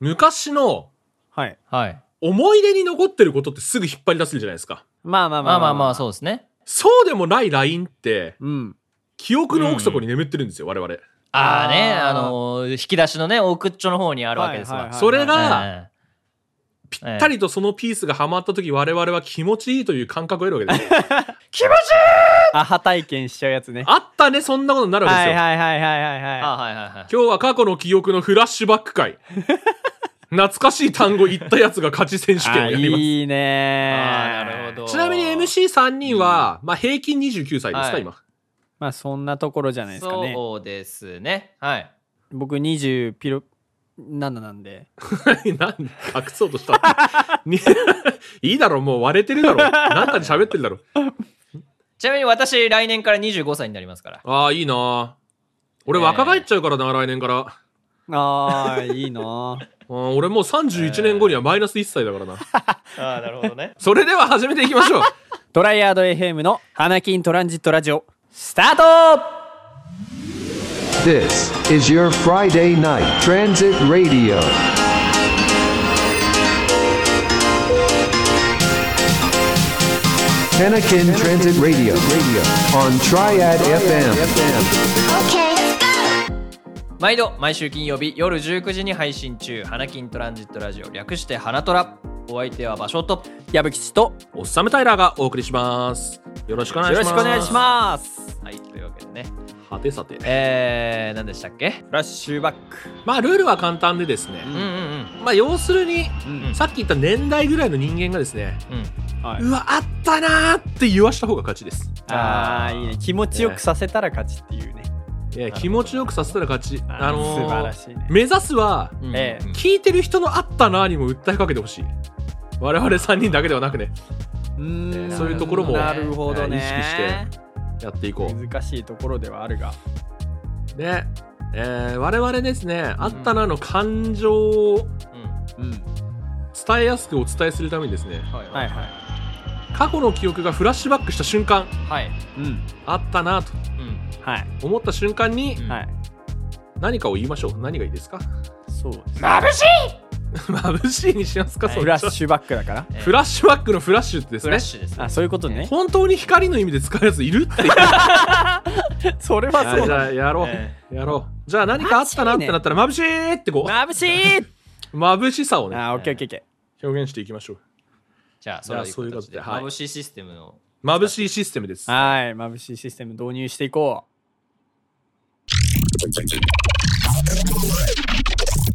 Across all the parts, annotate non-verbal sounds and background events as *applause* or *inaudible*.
昔のはい。はい。思い出に残ってることってすぐ引っ張り出せるじゃないですか。まあまあままああまあまあ、そうですね。そうでもない LINE って、う。うん。記憶の奥底に眠ってるんですよ、我々。ああね、あーあのー、引き出しのね、奥っちょの方にああるわけですわ。それがえぴったりとそのピースがはまった時、我々は気持ちいいという感覚を得るわけですよ。アハ体験しちゃうやつね。あったね、そんなことになるわけですはよ。いはいはいはいはいはいえあはいはいはい。今日は過去の記憶のフラッシュバック *laughs* 会。懐かしい単語言ったやつが勝ち選手権をやあります。いいねあーなるほど。ちなみに MC3 人は、まあ平均29歳ですか、はい今。 *laughs* まあそんなところじゃないですかねそうですね。はい。僕20ピロ7なんで何隠そうとしたの *laughs* にいいだろ、もう割れてるだろ。なんかで喋ってるだろ。ちなみに私、来年から25歳になりますから。ああ、いいな俺えー若返っちゃうからな、来年から。あああいいなー俺もう31年後にはマイナス1歳だから *laughs* な。ああ、なるほどね。それでは始めていきましょう。トライ *laughs* アード FM の「花金トランジットラジオ」スタート This is your Friday night transit radio. Panakin Transit Radio on Triad FM. *laughs* 毎度、毎週金曜日夜19時に配信中、花金トランジットラジオ、略して花トラ。お相手は場所と。矢吹吉とおっさむタイラーがお送りします。よろしくお願いよしろます。しくお願いしますはい、というわけでね。す。はてさて。えー、何でしたっけフラッシュバックまあルールは簡単でですね、うんうんうん。まあ要するに、うんさっき言った年代ぐらいの人間がですね、うん。はうわあったなーって言わした方が勝ちです、ああいいね気持ちよくさせたら勝ちっていうねえー気持ちよくさせたら勝ちああーのー素晴らしいね目指すは、うんええうん聞いてる人のあったなーにも訴えかけてほしい我々3人だけではなくねうーんそういうところもなるほどね意識やっていこ難しいところではあるがうで、えー我々ですねあったなーの感情をうん伝えやすくお伝えするためにですねはいははいい。は過去の記憶がフラッシュバックした瞬間はい。いうんあったなーうん。はいと思った瞬間に、うんはい何かを言いましょう何がいいですか *laughs* そうです眩しい眩しいにしますか、はいそフれラッシュバックだからフラッシュバックのフラッシュってですフラねッシュですねあ。そういうこと *laughs* ね本当に光の意味で使うやついるっていうそれはあそうじだゃあやろう、えやろうじゃあ何かあったなってなったら眩しいってこ眩しいう眩しさをねあオッケーオッケーオッケ表現していきましょうじゃあ、それはじゃあそういうことでで。はい眩しいシステムの。眩しいシステムですーはい眩しいシステム導入していこ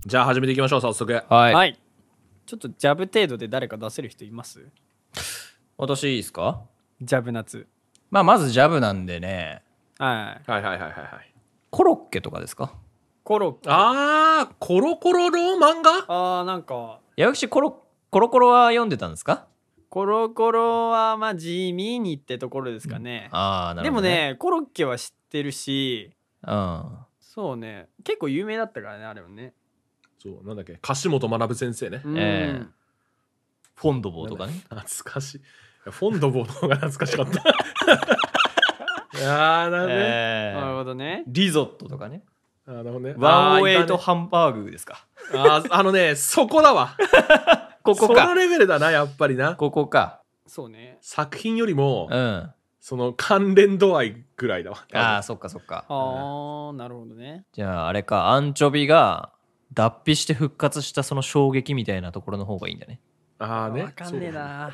じゃあ始めていきましょう早速うは。はいいちょっとジャブ程度で誰か出せる人います私いいですかジャブ夏まあ、まずジャブなんでね。はいはいはいはいはいはいコロッケとかですかコロッケあーコロコロの漫画あーなんか矢吹氏コロコロコロは読んでたんですかコロコロはまあ地味にってところですかねああなでるもほど、ね、ねコロッケは知ってるしでもね、そうね結構有名だったからねあれもねそうなんだっけ樫本学先生ねうんええフォンドボーとかね懐かしいいやフォンドボーの方が懐かしかった *laughs* いやーなるほどね、えなるほどねリゾットとかねあーなるほどねワンオエイあーいたトねハンバーグですかあーあのね、そこだわ。こそこのかレベルだな、やっぱりな。ここか *laughs* そうね作品よりも、うんあその関連度合いぐらいだわ。あーそっかそっかああなるほどねじゃああれかアンチョビが脱皮して復活したその衝撃みたいなところの方がいいんだねああね。わかんねえそう。な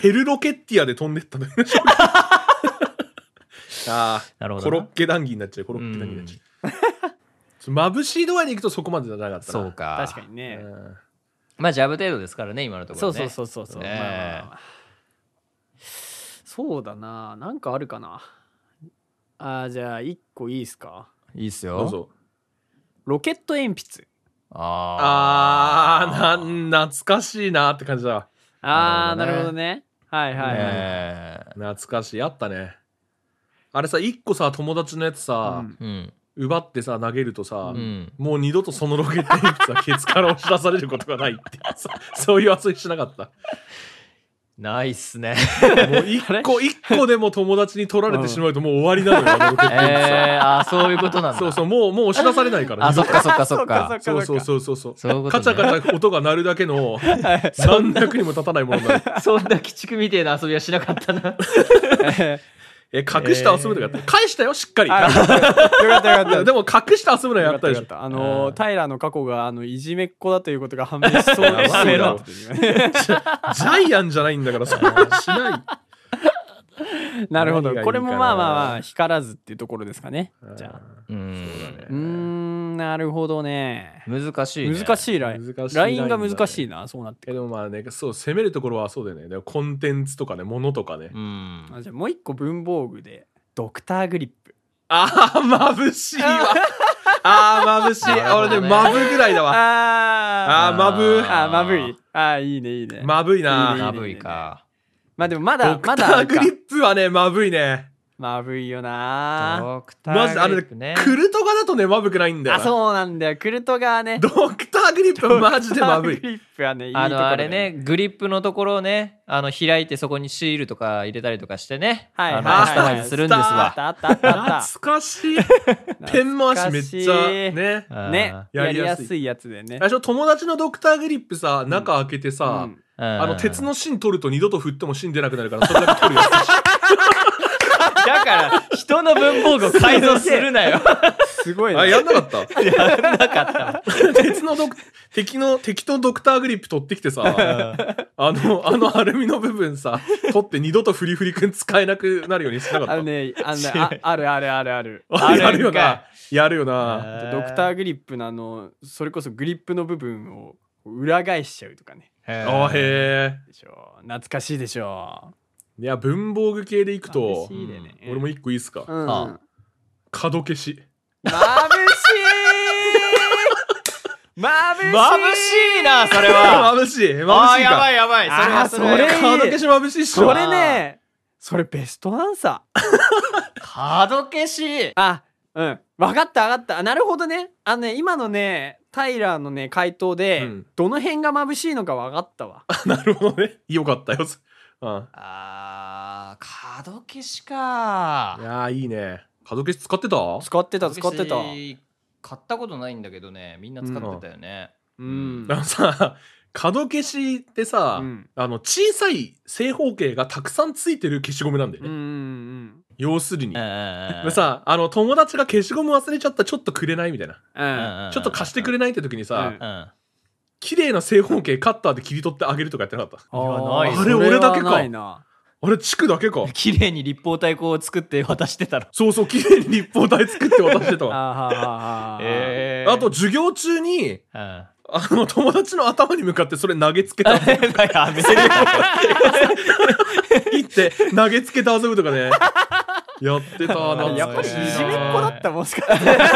ヘルロケッティアで飛んで *laughs* ったのあなるあ、ほコどロなッケ談義になっちゃう、コロッケ談義になっちゃう。眩しい度合いでいくとそこまでじゃなかったな。そうか確かにねうんまあジャブ程度ですからね今のとこそろうねそうそううそうそう、ねまあまあまあそうだななんかあるかなあーじゃあ一個いいですかそういいっすよどうぞ。ロケット鉛筆あああー、な、懐かしいなって感じだわ。あーななるほるほどどねはいはいはい、え懐かしい。あったね。あれさ、一個さ、友達のやつさ、うんえうん奪ってさ投げるとさ、うんもう二度とそのロケット *laughs* 鉛筆はケツから押し出されることがないっていうそそういう遊びしなかったないっすね。もう一個一個でも友達に取られてしまうともう終わりなのよあの時えー、あーそういうことなんだ。そうそうもうもう押し出されないからあ、そっかそっかそっ *laughs* そかっ。そうそうそうそうそうそういうことカねチャカチャ音が鳴るだけの何百にも立たないものになるそんな鬼畜みてえな遊びはしなかったな。え隠して遊ぶとかやった返したよしっかりあよかったよかった。でも隠して遊ぶのはよやかっったたでよしかょった。 *laughs* あのー、平の過去が、あの、いじめっ子だということが判明しそうで *laughs* やばいすなよ。ジャイアンじゃないんだからそんなのしないなる何ほどがいいか。なこれもまあまあまあ、光らずっていうところですかね。じゃあ。うん。うーん、なるほどね。難しい、ね。難しいライン。難しいラライインだンねが難しいな、そうなってくえる。でもまあねそう攻めるところはそうだよねでもコンテンツとかね物とかねうん。あじゃあもう一個文房具で、ドクターグリップ。ああ眩しいわ *laughs* ああ眩しいなるほどね俺ねマブぐらいだわああーマブーあー、まぶい。あーいいね、いいね。まぶいいいねなまぶいか。まあでもまだド、クまタだーあるグかリ。ップはねまぶいねまぶいよな。ドクタマジであーグれリねップね。クルトガだとねまぶくないんだよあ、なそうなんだよ。クルトがね。ドクターグリップはマジでまぶドクターグいリップはね、いいとこあろだよの、あれ。ね、グリップのところをね、あの、開いてそこにシールとか入れたりとかしてね、はいあのはいカスタマイズするんですあわっ。たあったあったあっ懐かしいた。ペン回しめっちゃねゃ *laughs* あーね、ややりりややすすいいやつでね最。初友達のドクターグリップさ中開けてさ、うんうんあの鉄の芯取ると二度と振っても芯出なくなるからそれだけ取るやつだから、人の文房具を改造するな *laughs* よ。すごいあね。 *laughs* やんなかったなかった。鉄の *laughs* ドク敵の敵とドクターグリップ取ってきてさあのあのアルミの部分さ取って二度とフリフリくん使えなくなるようにしなかったあのね、あのねああるあるあるある。ああやるるよんかなやるよなドクターグリップのあの、それこそグリップの部分を裏返しちゃうとかね。あー。へえでしょう。懐かしいでしょいや文房具系でいくう。と眩しいでね俺も一個いいっすか、うん。あま角消しぶしいまぶしい眩しいな、それは。眩しい眩しいあかあ、やばいやばい。それはそれあーそれ角消し眩しいっしそょれね、それベストアンサー。角消し。あ、うん。分かった分かった。あなるほどね。あのね、今のね、タイラーのね、回答で、うんどの辺が眩しいのか分かったわ。なるほどねよかったよ、うん、あー、角消しかい。やーいいね角消し使ってた使ってた、使ってた。私買ったことないんだけどね、みんな使ってたよね。うんあ。のさ角消しってさ、うんあの小さい正方形がたくさんついてる消しゴムなんだようんうね、んうん。要するに、うんうんうでんさあの友達が消しゴム忘れちゃったちょっとくれないみたいな、う。うんんうんちょっと貸してくれないって時にさ、うんうん。うん綺麗な正方形カッターで切り取ってあげるとかやってなかったあないあれ俺だけかそれはないなあれ地区だけか綺麗に立方体こう作って渡してたの。そうそう綺麗に立方体作って渡してたわ *laughs* あーはーはーはーえあと、授業中に *laughs* うん。あの友達の頭に向かってそれ投げつけ *laughs* たやめるよ行って投げつけて遊ぶとかねやってたあなあれ *laughs* やっぱりいじめっ子だったもしかして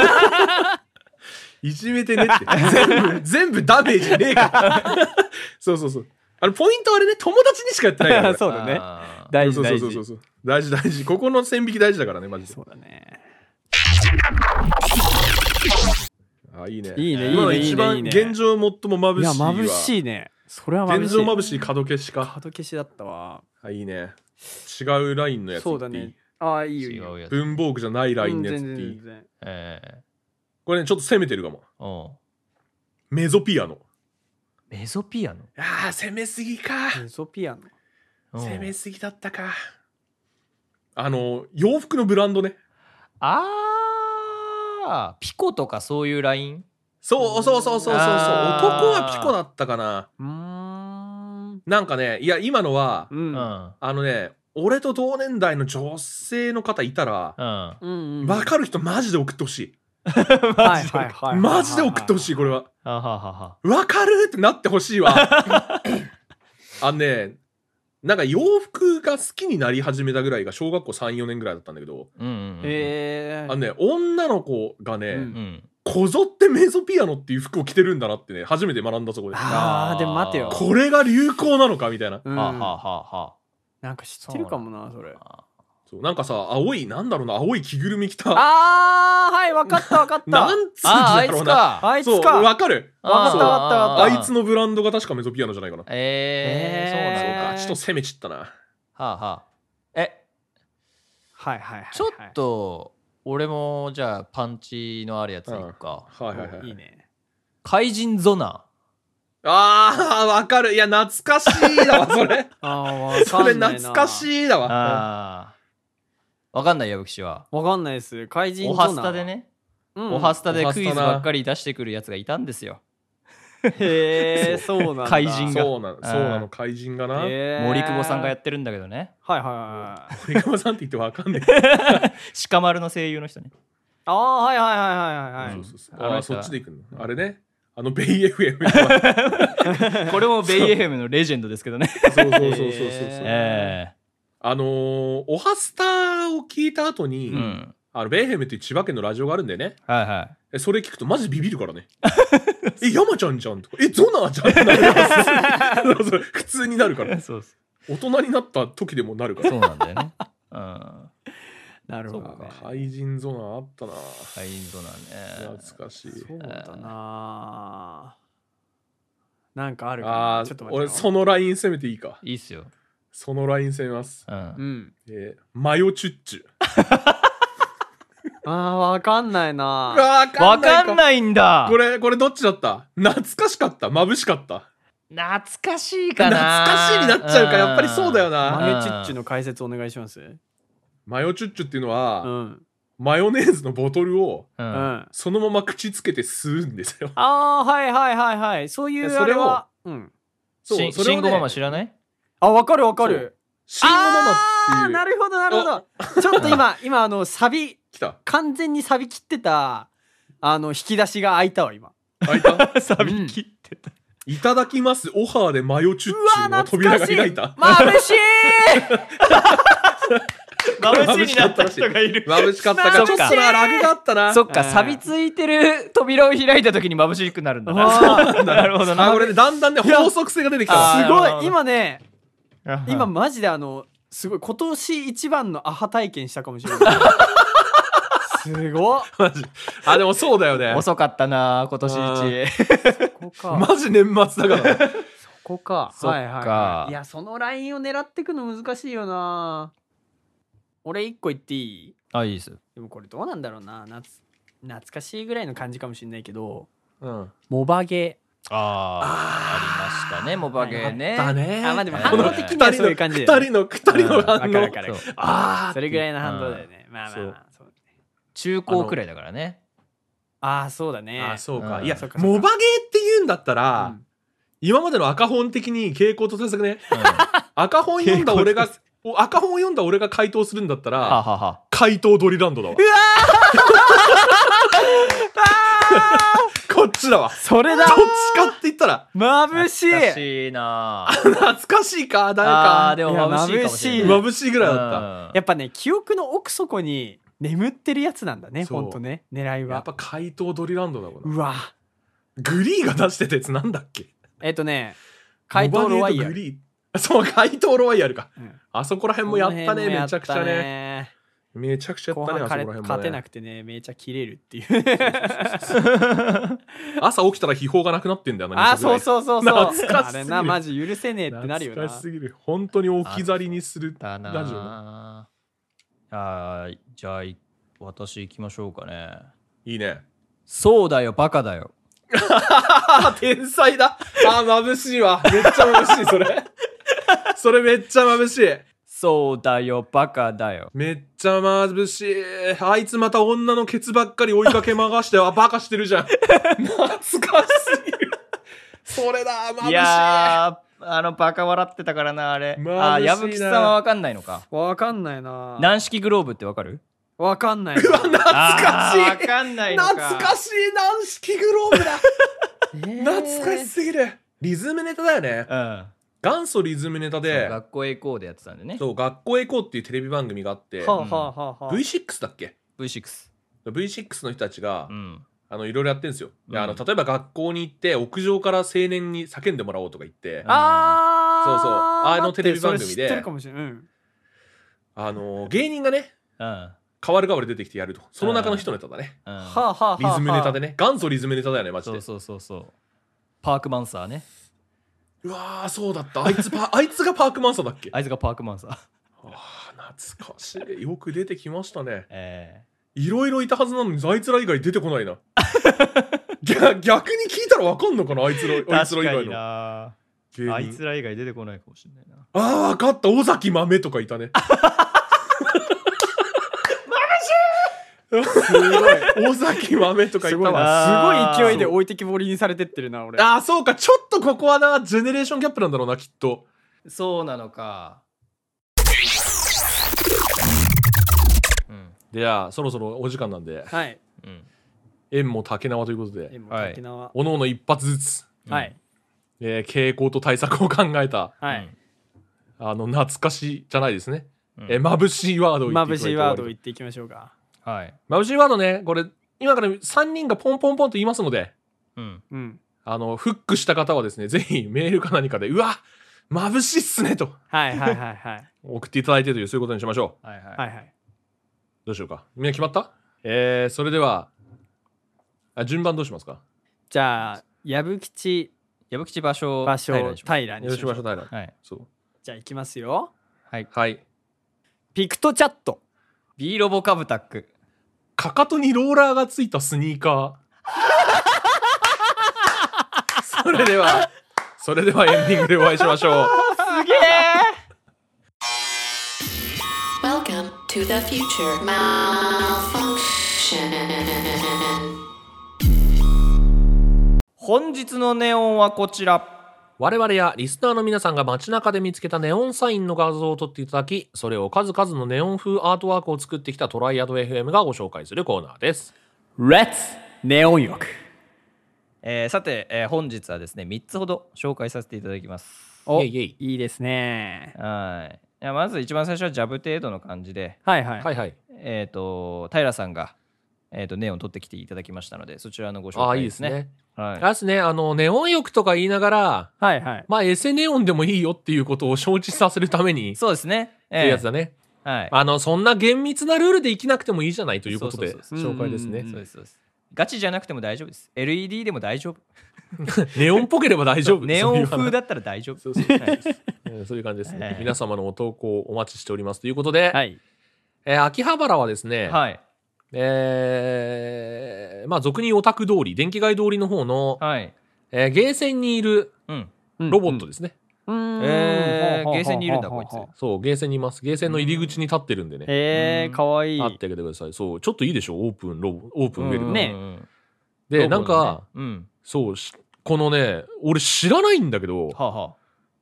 いじめてねって全部全部ダメージねえから *laughs* そうそうそうあれポイントはあれね友達にしかやってないからね *laughs* そうだねあー大事そう大そうそう事そう大事大事ここの線引き大事だからねマジでそうだねあいいねいいね今のいいね一番いいね現状最も眩しいいやわ眩しいねそれは眩現し状い眩しい角消しか角消しだったわあいいね違うラインのやつそ言うだっていいねああいいよいい違ようやつ。文房具じゃないラインのやつう言んってい全い然全然ええこれねちょっと攻めてるかもおうメゾピアノメゾピアノあー攻めすぎかメゾピアノうん攻めすぎだったかあの洋服のブランドねあーピコとかそういうラインそうそうそうそうそうそう男あーはピコだったかなうーんなんかねいや今のはううんんうんあのね俺と同年代の女性の方いたらあうん分かる人マジで送ってほしいはいはいはいはいマジで送ってほしいこれはははは分かるってなってほしい *laughs* わあのねなんか洋服が好きになり始めたぐらいが小学校34年ぐらいだったんだけどうんうんうんえあーのね女の子がね、うんうんこぞってメゾピアノっていう服を着てるんだなってね初めて学んだそこであーでも待てよこれが流行なのかみたいなうんははははなんか知ってるかもなそれあそうなんかさ青いなんだろうな青い着ぐるみ着たあーはいわかったわかったなんつうんああ、あだいろうつなか。あいそつうかわかるわかったそうわかったわかあったいつのブランドが確かメゾピアノじゃないかな、えへえーそうなんそうだかちょっと攻めちったなはあはあ。え、はいはいはいはいちょっと、俺もじゃあパンチのあるやついくか。はいはいはいいいね怪人ゾナあーわかるいや懐かしいだわそれあーわそれかんないな懐かしいだー。わああ。わかんない、矢吹氏は。わかんないです怪人おゾナはスタでね、うんおはスタでクイズばっかり出してくるやつがいたんですよ。へえそうなんだ怪人がそうなのそうなの怪人がなへー森久保さんがやってるんだけどね。はいはいはいはい森山さんって言ってわ *laughs* かんない鹿丸の声優の人ね。ああはいはいはいはいはいそうそうそうああのあ人そはっちで行くのあれねあのベイ FM はこれもベイエフムのレジェンドですけどね。 *laughs* そうそうそうそうそうそう、えあのーオハスターを聞いた後に、えうん。あのベイヘムっていう千葉県のラジオがあるんだよねはいはい。えそれ聞くとマジビビるから *laughs* ねえ山ちゃんじゃんとかえゾナーじゃんってなるから *laughs* そうそう普通になるからそうそ大人になった時でもなるかう。らそうなんだよね。うん。なるほどそうかね怪人ゾナーあったなハインドなんね。懐かしいそうだななんかあるかあなちょっーと待って俺よそのライン攻めていいかいいっすよ。そのライン攻めます、うんう。んえーマヨチュッチュあーわかんないなわわかんいないんだこれこれどっちだった懐かしかった眩しかった懐かしいか懐なかしいになっちゃうかやっぱりそうだよなマヨチッチの解説お願いしますうマヨチュッチュっていうのは、んマヨネーズのボトルをううんんそのまま口つけて吸うんですよ。ああはいはいはいはいそういうでそあれれをはうんそう、しそれ慎を吾ね、ママ知らないあわかるわかる慎吾ママあっーていなう。るほどなるほどちょっと今 *laughs* 今あのサビ来た。完全にサビ切ってたあの引き出しが開いたわ今あいた。サビ切ってた。いただきます。オハーでマヨチュッうわチュの懐扉かがしい開いた。眩しい眩しいになった人がいる。眩しかったそか。っちょかっとなラグがあったな。 *laughs* そっか、錆びついてる扉を開いた時に眩しくなるんだな。 *laughs* あー *laughs* なるほどあ、な。これねだんだんね、いや法則性が出てきあーた。すなるほごどい今ね今うん、マジであのすごい今年一番のアハ体験したかもしれ *laughs* ないすごっマジ。あ、でもそうだよね。遅かったな、今年一。ここか、マジ年末だからね。ここかそっかはいはいはいいやそのラインを狙っていくの難しいよな俺一個言っていいあ、いいです。でもこれどうなんだろうな懐懐かしいぐらいの感じかもしれないけどうん。モバゲあーありましたね、モバゲーね。だね。ーあまあでもえー反応的にはそういう感じだ二よ、ね、人の、二人のうん反わかるわ応か。るそうあそれぐらいの反応だよねまあまあまあそう中高くらいだからね。ああそうだねあ、そううか。んいやそっか、そっかモバゲーって言うんだったらう、ん今までの赤本的に傾向と対策ねうんは赤本読んだ俺がお赤本読んだ俺が回答するんだったあはらあはあ回答ドリランドだわこっちだわ *laughs* それどだっちかって言ったら眩しい懐かしいなあ懐かしいか誰あーかでも眩しいかもしれいなやい眩しいぐらいだっだやっぱね記憶の奥底に眠ってるやつなんだねそうほんとね狙いたやっはぱ回答ドリランドだもんなうわグリーが出してたやつなんだっけえっ、とね怪盗ロワイモバゲヤーとグルリー *laughs* そう回答ロワイヤルかうんあそこら辺もやったねめちゃくちゃねめちゃくちゃや後ったね半あそこかられ辺も、ね、勝てなくてねめちゃ切れるっていう朝起きたら秘宝がなくなってんだよな *laughs* あーそうそうそうそう懐かしあすぎるれなマジ許せねえってなるよな懐かしすぎる本当に置き去りにするだなラジオだああーじゃあい私行きましょうかねいいねそうだよバカだよあ天才だあ眩しいわめっちゃ眩しいそれ *laughs* それめっちゃ眩しいそうだよバカだよめっちゃ眩しいあいつまた女のケツばっかり追いかけ回してあバカしてるじゃん *laughs* 懐かしすぎるそれだ眩しいいやーあのバカ笑ってたからなあれ眩しいなあー矢吹さんはわかんないのかわかんないな軟式グローブってわかるわかんないなあーわ懐かしかんないいのか懐かしい軟式グロー *laughs* ブだ懐かしすぎるリズムネタだよねうん元祖リズムネタそうで学校へ行こうでやってたんでねそう学校へ行こうっていうテレビ番組があってはあはあはあはあ V6 だっけ V6 V6 の人たちが、うんあのいろいろやってるんですよ、でうんあの例えば学校に行って屋上から青年に叫んでもらおうとか言ってああーそうそうあの待ってテレビ番組でそれ知ってるかもしれないうんああの芸人がねうん。変わる変わる出てきてやるとその中の一ネタだねうんはあ、はあはあ、リズムネタでね元祖リズムネタだよねマジそでうそうそうそう。パークマンサーね。うわーそうだったあいつパあいつがパークマンサーだっけああいつがパークマンサー。ー懐かしいよく出てきましたねえいろいろいたはずなのにあいつら以外出てこない *laughs* な逆逆に聞いたらわかんのかなあいつらえあいつら以外のな。芸人あいつら以外出てこないかもしれないな。ああ、わかった。尾崎豆とかいたね。 *laughs* まぶしいすごい尾崎豆とかいたすごいわ。なあーすごい勢いで置いてきぼりにされてってるな俺ああ、そうか。ちょっとここはな、ジェネレーションギャップなんだろうな、きっと。そうなのか。うん。では、そろそろお時間なんで、はいうん。縁も竹縄ということえで、もうはい滝名はおのおの一発ずつ、はいえー傾向と対策を考えた、はういんあの、懐かしいじゃないですね。うんえー、眩しいワードを言まってぶいただしいいてワードを言っていきましょうかはい。眩しいワードね、これ、今から3人がポンポンポンと言いますので、うん。うんあの、フックした方はですね、ぜひメールか何かで、うわ眩しいっすねとはいはいはいはい送っていただいてという、そういうことにしましょう。はいはい。はいはいどうしようか。みんな決まったえー、それでは、あ、順番どうしますかじゃあ矢吹矢吹吉場所場所平良にしましょ平によろししくおま願いししょまうす、うはい。そう。じゃあいきますよはい。はい。ピクトチャット B ロボカブタック。かかとにローラーがついたスニーカー。*laughs* それでは、それではエンディングでお会いしましょう。 Welcome to the future. Malfunction. 本日のネオンはこちら。我々やリスナーの皆さんが街中で見つけたネオンサインの画像を撮っていただき、それを数々のネオン風アートワークを作ってきたトライアド FM がご紹介するコーナーです。 Let's ネオン浴えー、さて、えー、本日はですね、3つほど紹介させていただきます。おイェイイェイいいですねはい。いやまず一番最初はジャブ程度の感じで、はいはいはいはい。えっ、と、平さんが、えっ、と、ネオン取ってきていただきましたので、そちらのご紹ああ、いい介でですすね。ね。はあいれ。ですね、あの、ネオン欲とか言いながら、はいはいまあ、エセネオンでもいいよっていうことを承知させるために、っそうですね。てえいうえやつだね。はい。あの、そんな厳密なルールで生きなくてもいいじゃないということで、そうそうそう紹介ですねうん。そうです、そうです。ガチじゃなくても大丈夫です。LED でも大丈夫。ネオンっぽければ大丈夫。ネオン風だ。だったら大丈夫。そうそうはいうんそういう感じですえねえ。皆様のお投稿お待ちしておりますということで、はいえー秋葉原はですね、はい。えーまあ俗にオタク通り、電気街通りの方の、はい。えーゲーセンにいるうん。ロボットでですね。えーゲーセンにいるんだこいつそう、ゲーセンにいます。ゲーセンの入り口に立ってるんでね。えーかわいいあってあげてください。そう、ちょっといいでしょ、オープンロボ、オープンウェルうの。んねで、なんか、、うん。そう、しこのね、俺知らないんだけど、はあ、は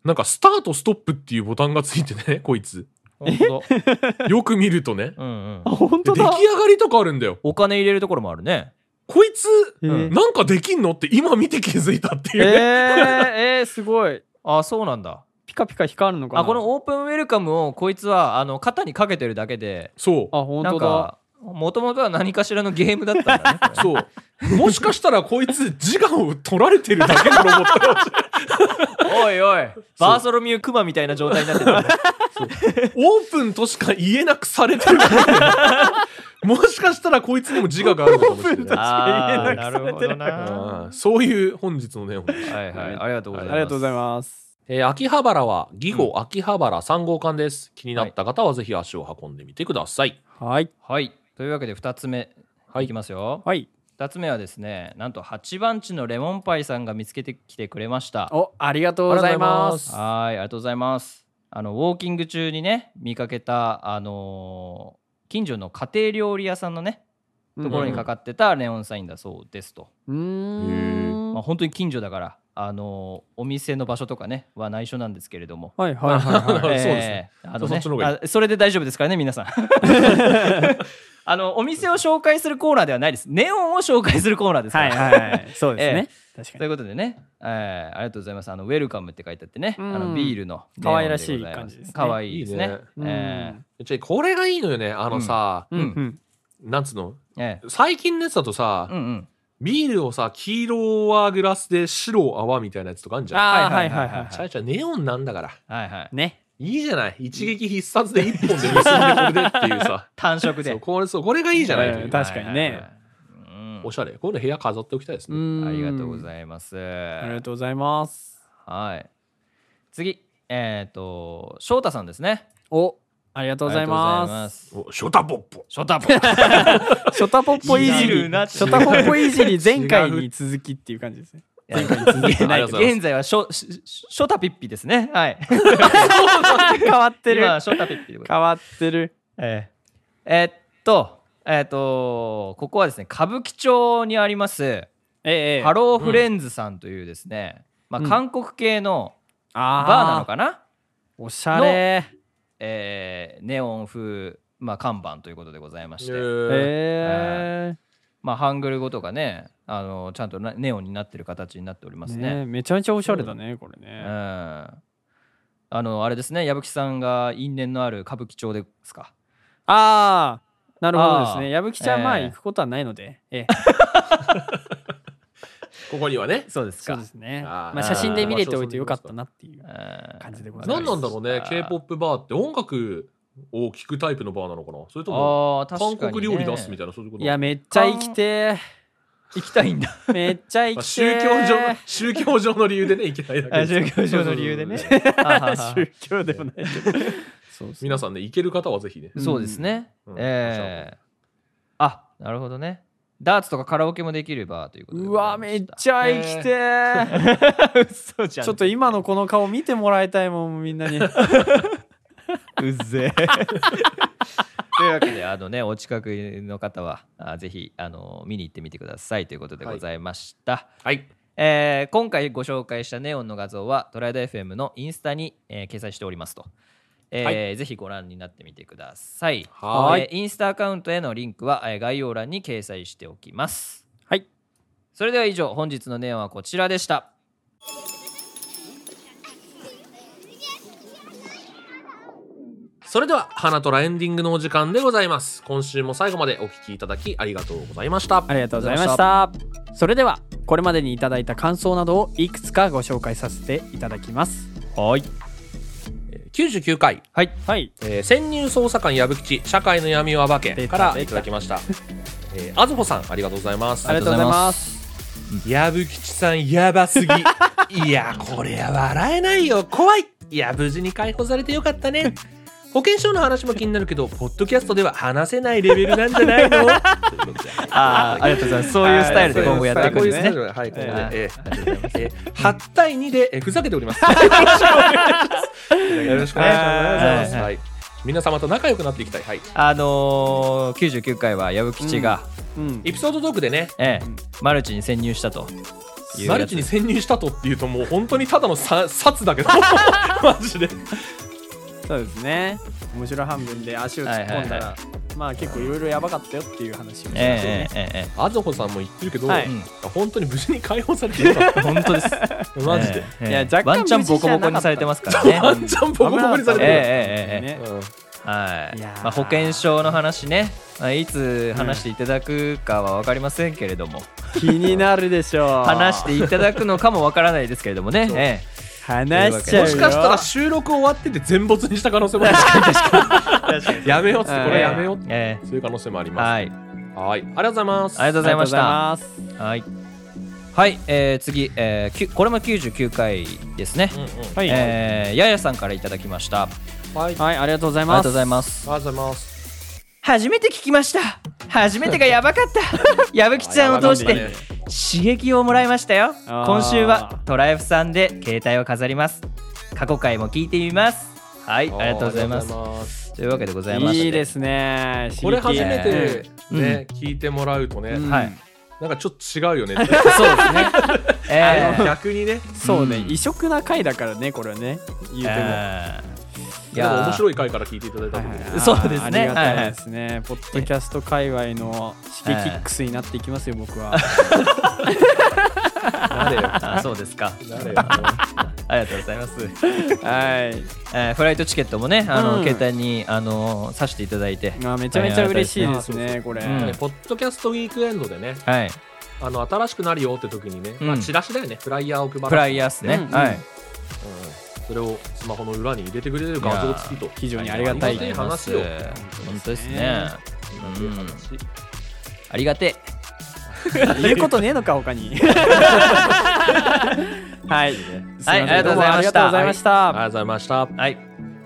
なんかスタートストップっていうボタンがついてね、 *laughs* こいつ。あ、 *laughs* 本当だ。よく見るとね。うんうんあ。本で当出来だ上がりとかあるんだよ。お金入れるところもあるね。こいつ、えーなんかできんのって今見て気づいたってえいうね。ーえーすごいあ、そうなんだ。ピカピカ光るのかなあ、このオープンウェルカムをこいつはあの肩にかけてるだけで、そう。あ本なん当だか、もともとは何かしらのゲームだったんだね。これそう。もしかしたらこいつ自我を取られてるだけのロボットかもしれない *laughs* おいおい、 *laughs* バーソロミュークマみたいな状態になってる。オープンとしか言えなくされてるかもしれないもしかしたらこいつにも自我があるのかもしれ *laughs* ない。 *laughs* ああ、なるほどな。あはーそういう本日のネオンですいはい、ありがとうございまあす。りがとうございますえー秋葉原は、義後秋葉原3号館です。気になった方はぜひ足を運んでみてください。はいはい、というわけで2つ目、はいい、きますよ。はい2つ目はですね、なんと8番地のレモンパイさんが見つけてきてくれました。おありがとうございありがとまうございますすはい、ありがとうございます。あのウォーキング中にね、見かけた、あのー近所の家庭料理屋さんのね、ところにかかってたネオンサインだそうですと。うーへんまあ、本当に近所だから、あのーお店の場所とかね、は内緒なんですけれども。はいはいはいは *laughs* そうですえねえあのそっねちの方がいいあそれで大丈夫ですからね *laughs* 皆さんあのお店を紹介するコーナーではないですネオンを紹介するコーナーでいすかはらいはいそうですね確かということでね、えーありがとうございますあのウェルカムって書いてあってね、うんあのビールの可愛らしい感じですねかわいいですねいいねにえーちょこれがいいのよね。あのさ、うんうんなんつうのえ最近のやつだとさー、うんうんビールをさ、黄色はグラスで白泡みたいなやつとかあるじゃん。ああははいいははいはいいはいはちゃいちゃいネオンなんだから。はいはい。いねいいじゃない。一撃必殺で一本で結んでくれっていうさ *laughs* 単色そうで。これそうこれがいいじゃないといううん確かにねはいはいはいうんおしゃれ。こういうの部屋飾っておきたいですね。ありがとうごいざいます。ますありがとうございますはい。次、えっ、と、翔太さんですね。おありがとうございありがとうございまますす。おショタポッポ。翔太ポッショタポッポいじいじりるなショタポッポいじり前回に続きっていう感じですね前回に続いてないけど現在はショシショタピッピですね。はい。 *laughs* 変わってる今はショタピッピでございま変すわってるえええーっと、えーっと、ここはですね、歌舞伎町にあります、ええハローフレンズさんというですね、うんまあ、韓国系のあバーなのかな、おしゃれえーネオン風、まあ、看板ということでございまして、ええまあ、ハングル語とかね、あのちゃんとなネオンになってる形になっておりまえすねね。めちゃめちゃおしゃれだねこれうねんあのあれですね矢吹さんが因縁のある歌舞伎町ですかああなるほどですあねー矢吹ちゃんはまあええ行くことはないのでええここにはね。そうですそうですねあーまあ写真で見れておいてよかったなっていう感感じでございます何なんだろうね。K-POP バーって音楽を聴くタイプのバーなのかなそれともあー韓確かに国料理出すみたいな、そういうこといやめっちゃ行きて *laughs* 行きたいんだーめっちゃ行まあきて宗教上ーの、 *laughs* 宗教上の理由でね、いけないだけです *laughs* あ宗教上の理由でね *laughs* そうそうそう *laughs* 宗教でもないけどそうそう皆さんね、いける方はぜひね。そうですね、うんええあなるほどねダーツとかカラオケもできればということでうござわいまめしったちゃ生きてー嘘じゃんちょっと今のこの顔見てもらいたいもんみんなにうぜえというわけであのねお近くの方はあぜひあの見に行ってみてくださいということでございました、はい。えー今回ご紹介したネオンの画像はトライド FM のインスタに、えー掲載しておりますと、えーぜひご覧になってみてくださいはーいえーインスタアカウントへのリンクは、えー概要欄に掲載しておきますはいそれでは以上本日のネオンはこちらでしたそれでは、花とらエンディングのお時間でございます。今週も最後までお聞きいただきありがとうございました。ありがとうございましたそれではこれまでにいただいた感想などをいくつかご紹介させていただきますはい99回、はいはいえー潜入捜査官矢吹吉、社会の闇を暴け出たから出たいただきました。えー、あずほさん、ありがとうございます。ありがとうございます矢吹吉さん、やばすぎ。 *laughs* いや、これは笑えないよ。怖い。いや、無事に解放されてよかったね。保険証の話も気になるけど、ポッドキャストでは話せないレベルなんじゃないのということであーありがとうございますそういうスタイルで今後やっていくんですねそういうスタイルではい、今後えで、えーえー、8対2で、えーふざけております。よろしくお願いします。よろしくお願いします。はいはい。皆様と仲良くなっていきたい。はい。あのー、99回は矢吹吉が、うんエピソードトークでね、ええマルチに潜入したというやつマルチに潜入したとっていうと、もう本当にただのさ *laughs* 札だけ *laughs* ど、マジで。そうですね面白半分で足を突っ込んだら、はまあ結構いろいろやばかったよっていう話をしましたえね、ええええあずほさんも言ってるけど、はいえ本当に無事に解放されてよかっうん本当ですた。 *laughs* マジで。ええいや若干ワンチャンボコボコにされてますからね。ワンチャンボコボコにされええてえる。えええねうんはいいやーまあ、保険証の話ね、まあ、いつ話していただくかは分かりませんけれども、気になるでしょう話していただくのかも分からないですけれどもね、え話しちゃうよもしかしたら収録終わってて全没にした可能性もあるやめようっつって、これやめようっつって、ええそういう可能性もありえます。はい、ありはい、ありがとうございます。がとうございました。ありがとうございますはい、はいえー次、えーきゅこれも99回ですね、うんうんはい、えーややさんからいただきました。あはい、ありがはい、ありがとうございりますがとうございます。とうございます。初めて聞きました初めてがやば *laughs* かった矢吹さんを通して刺激をもらいましたよあー今週はトライフさんで携帯を飾ります過去回も聞いてみますはいありがとうございますす。というわけでございましていいですねこれ刺初激めてうんね、聞いてもらうとね、うんはいなんかちょっと違うよね。 *laughs* そうですねえー逆にね。そうね、うん異色な回だからねこれはね言うても、えーいでもや面ー白い回から聞いていただいたはいとは思ういんですけはいそうですねありがたいですね、ポッドキャスト界隈のシゲキックスになっていきますよ、僕 *laughs* は。ど。なれよ。 *laughs* あそうですかなれよ。ありがとうございます、はい、えーフライトチケットもねあうの、ん携帯にあのさしていただいてまあ、めちゃめちゃ嬉しいですはいありね、これ。うんねポッドキャストウィークエンドでね、はいあの新しくなるよって時にね、うんまあチラシだよね、フライヤーを配る。フライヤーっすね、うんはいうんそれをスマホの裏に入れてくれる画像付きと非常にありがたいありがたい話よ本当ですね。なんていう話ありがて言うことねえのか他 *laughs* にはいすませんありがとうございまどもありがしたとうございました、ありがとうございましたえ。はい。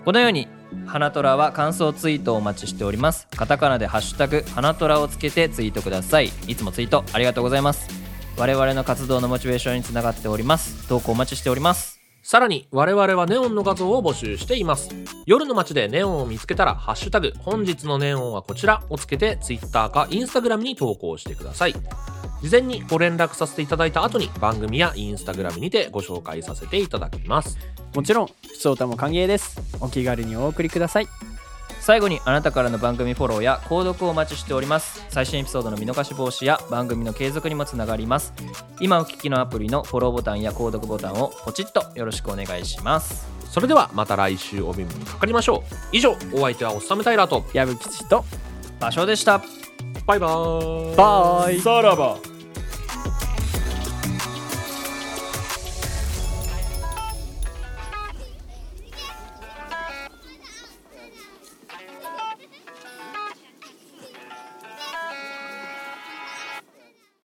このように、花虎は感想ツイートをお待ちしております。カタカナでハッシュタグ、花虎をつけてツイートください。いつもツイートありがとうございます。我々の活動のモチベーションにつながっております。投稿お待ちしております。さらに我々はネオンの画像を募集しています夜の街でネオンを見つけたら「ハッシュタグ本日のネオンはこちら」をつけて Twitter か Instagram に投稿してください事前にご連絡させていただいた後に番組や Instagram にてご紹介させていただきますもちろん普通歌も歓迎ですお気軽にお送りください最後にあなたからの番組フォローや購読をお待ちしております最新エピソードの見逃し防止や番組の継続にもつながります今お聞きのアプリのフォローボタンや購読ボタンをポチッとよろしくお願いしますそれではまた来週お耳にかかりましょう以上お相手はおっさめタイラーと矢吹吉と場所でしたバイバーイバイさらば